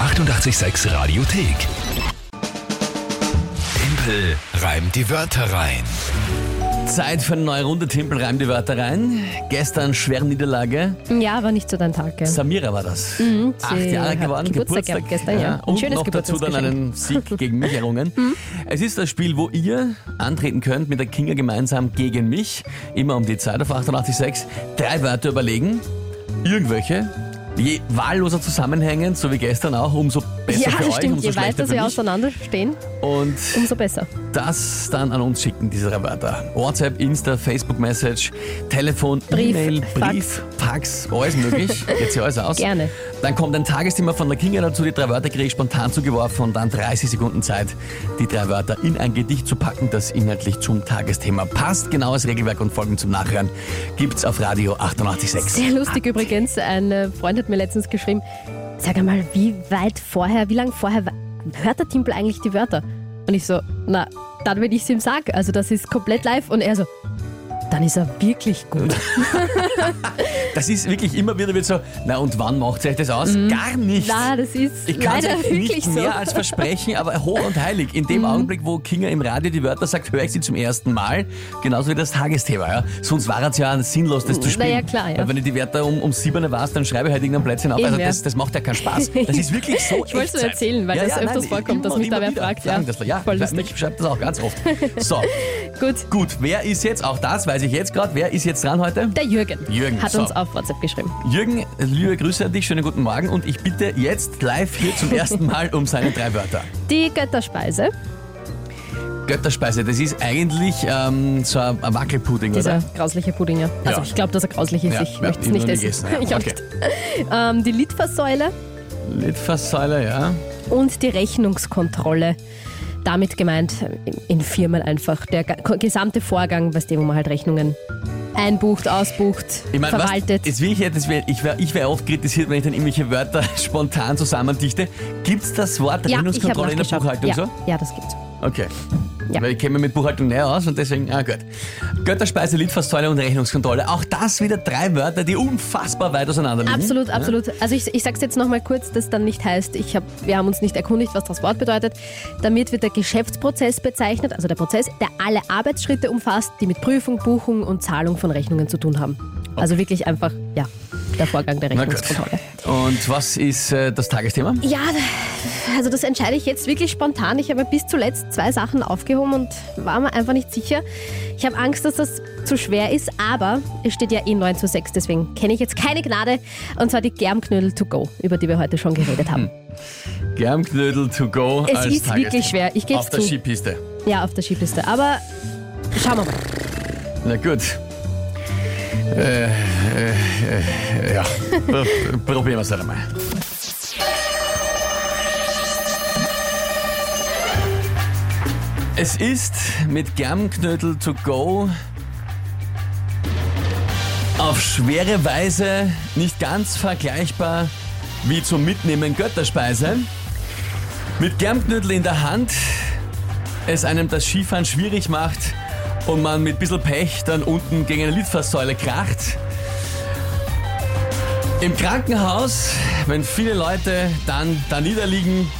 886 Radiothek. Tempel reimt die Wörter rein. Zeit für eine neue Runde. Tempel reimt die Wörter rein. Gestern schwere Niederlage. Ja, war nicht so dein Tag, gell? Samira war das. sie Acht Jahre Mhm, hat geworden, Geburtstag Geburtstag. gehabt gestern, ja. Ein Und schönes noch dazu dann Geburtstagsgeschenk. Mhm. einen Sieg gegen mich errungen. es ist das Spiel, wo ihr antreten könnt mit der Kinga gemeinsam gegen mich. Immer um die Zeit auf 88.6. Drei Wörter überlegen. Irgendwelche. Je wahlloser zusammenhängend, so wie gestern auch, umso besser Ja, für das euch, stimmt. umso Je schlechter weiter für sie mich. auseinanderstehen, Und umso besser. das dann an uns schicken, diese drei Wörter. WhatsApp, Insta, Facebook-Message, Telefon, Brief, E-Mail, Fax. Brief, Fax, alles möglich. Geht sich alles aus. Gerne. Dann kommt ein Tagesthema von der Kinga dazu. Die drei Wörter kriege ich spontan zugeworfen und dann 30 Sekunden Zeit, die drei Wörter in ein Gedicht zu packen, das inhaltlich zum Tagesthema passt. Genaues Regelwerk und Folgen zum Nachhören gibt's auf Radio 886. Sehr lustig übrigens. Ein äh, Freund hat mir letztens geschrieben, sag einmal, wie weit vorher, wie lang vorher we- hört der Timpel eigentlich die Wörter? Und ich so, na, dann wenn ich es ihm sage. Also das ist komplett live. Und er so, dann ist er wirklich gut. Das ist wirklich immer wieder wird so, na und wann macht euch das aus? Gar nicht. Mhm. Na, das ist Ich kann leider es wirklich nicht mehr so. Mhm. als versprechen, aber hoch und heilig. In dem Augenblick, wo Kinga im Radio die Wörter sagt, höre ich sie zum ersten Mal. Genauso wie das Tagesthema. Ja? Sonst war es ja sinnlos, das zu spielen. Mhm. ja, klar, ja. Weil wenn ich die Wörter um, um sieben weiß, dann schreibe ich halt irgendein Plätzchen auf. Eben, also ja. das, das macht ja keinen Spaß. Das ist wirklich so Ich wollte es nur Echtzeit. erzählen, weil das öfters vorkommt, immer dass und mich da immer wer wieder fragt, sagen ja. Das, ja, Voll ich, lustig. mich schreibt das auch ganz oft. So, Gut, gut, wer ist jetzt, auch das weiß ich jetzt gerade, wer ist jetzt dran heute? der Jürgen, Jürgen, hat so. uns auf WhatsApp geschrieben. Jürgen, liebe Grüße an dich, schönen guten Morgen und ich bitte jetzt live hier zum ersten Mal um seine drei Wörter. Die Götterspeise, Götterspeise, das ist eigentlich ähm, so ein ein Wackelpudding, dieser oder? grausliche Pudding, ja. Also Ja. ich glaube, dass er grauslich ist. Ja, ich ja, möchte es ich nicht noch nie gegessen, essen. ja. Ich auch Okay. nicht. Ähm, die Litfaßsäule Litfaßsäule, ja. und die Rechnungskontrolle. Damit gemeint äh, in Firmen einfach der ga- ko- gesamte Vorgang, weißt du, wo man halt Rechnungen einbucht, ausbucht, Ich meine, was, verwaltet. jetzt will ich, jetzt will, ich wäre ich wär oft kritisiert, wenn ich dann irgendwelche Wörter spontan zusammendichte. Gibt es das Wort ja, ich habe Rechnungskontrolle in der nachgeschaut. Buchhaltung ja, so? ja, das gibt's. Okay. Ja. Weil ich kenne mich mit Buchhaltung näher aus und deswegen, ah gut. Götterspeise, Litfaßsäule und Rechnungskontrolle. Auch das wieder drei Wörter, die unfassbar weit auseinander liegen. Absolut, absolut. Also ich, ich sag's jetzt nochmal kurz, dass dann nicht heißt, ich hab, wir haben uns nicht erkundigt, was das Wort bedeutet. Damit wird der Geschäftsprozess bezeichnet, also der Prozess, der alle Arbeitsschritte umfasst, die mit Prüfung, Buchung und Zahlung von Rechnungen zu tun haben. Also wirklich einfach, ja, der Vorgang der Na gut. Rechnungskontrolle. Und was ist äh, das Tagesthema? Ja, also das entscheide ich jetzt wirklich spontan. Ich habe mir bis zuletzt zwei Sachen aufgehoben und war mir einfach nicht sicher. Ich habe Angst, dass das zu schwer ist, aber es steht ja eh 9 zu 6, deswegen kenne ich jetzt keine Gnade. Und zwar die Germknödel to go, über die wir heute schon geredet haben. Germknödel to go Es als ist wirklich schwer, ich gebe Auf es der zu. Skipiste. ja, auf der Skiliste. Aber schauen wir mal. Na gut. Äh, äh, äh, ja, Pro- probieren wir es einmal. Es ist mit Germknödel to go auf schwere Weise nicht ganz vergleichbar wie zum Mitnehmen Götterspeise. Mit Germknödel in der Hand es einem das Skifahren schwierig macht und man mit bissl Pech dann unten gegen eine Litfaßsäule kracht. Im Krankenhaus, wenn viele Leute dann da niederliegen,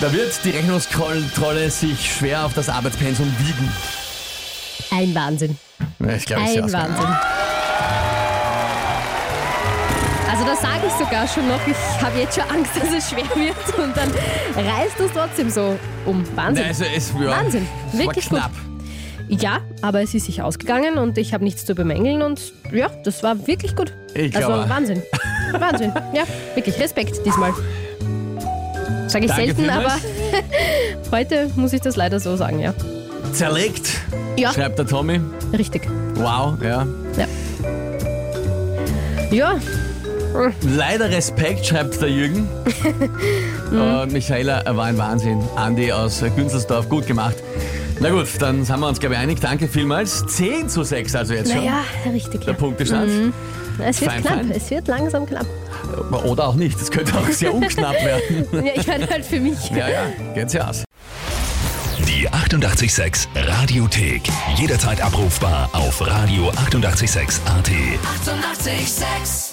da wird die Rechnungskontrolle sich schwer auf das Arbeitspensum wiegen. Ein Wahnsinn. Ja, Ich glaube, ich sehe Ein aus. Wahnsinn. Also da sage ich sogar schon noch, ich habe jetzt schon Angst, dass es schwer wird und dann reißt du es trotzdem so um. Wahnsinn. Nein, also es, ja, Wahnsinn. es war Wirklich gut. knapp. Ja, aber es ist sich ausgegangen und ich habe nichts zu bemängeln und ja, das war wirklich gut. Ich also glaube auch. Wahnsinn. Wahnsinn. Ja, wirklich Respekt diesmal. Sage ich Danke selten, aber vielmals. heute muss ich das leider so sagen, ja. Zerlegt, Ja, schreibt der Tommy. richtig. Wow, ja. Ja, Leider Respekt, schreibt der Jürgen. äh, Michaela war ein Wahnsinn. Andi aus Günzelsdorf, gut gemacht. Na gut, dann sind wir uns, glaube ich, einig. Danke vielmals. 10 zu 6 also jetzt schon. naja, richtig. Der Ja. Punktestand. Es wird Fein, knapp, fein. es wird langsam knapp. Oder auch nicht. Das könnte auch sehr unknapp werden. Ja, ich meine halt für mich. Ja, ja, geht's ja aus. Die 886 Radiothek. Jederzeit abrufbar auf radio886.at. 886! 886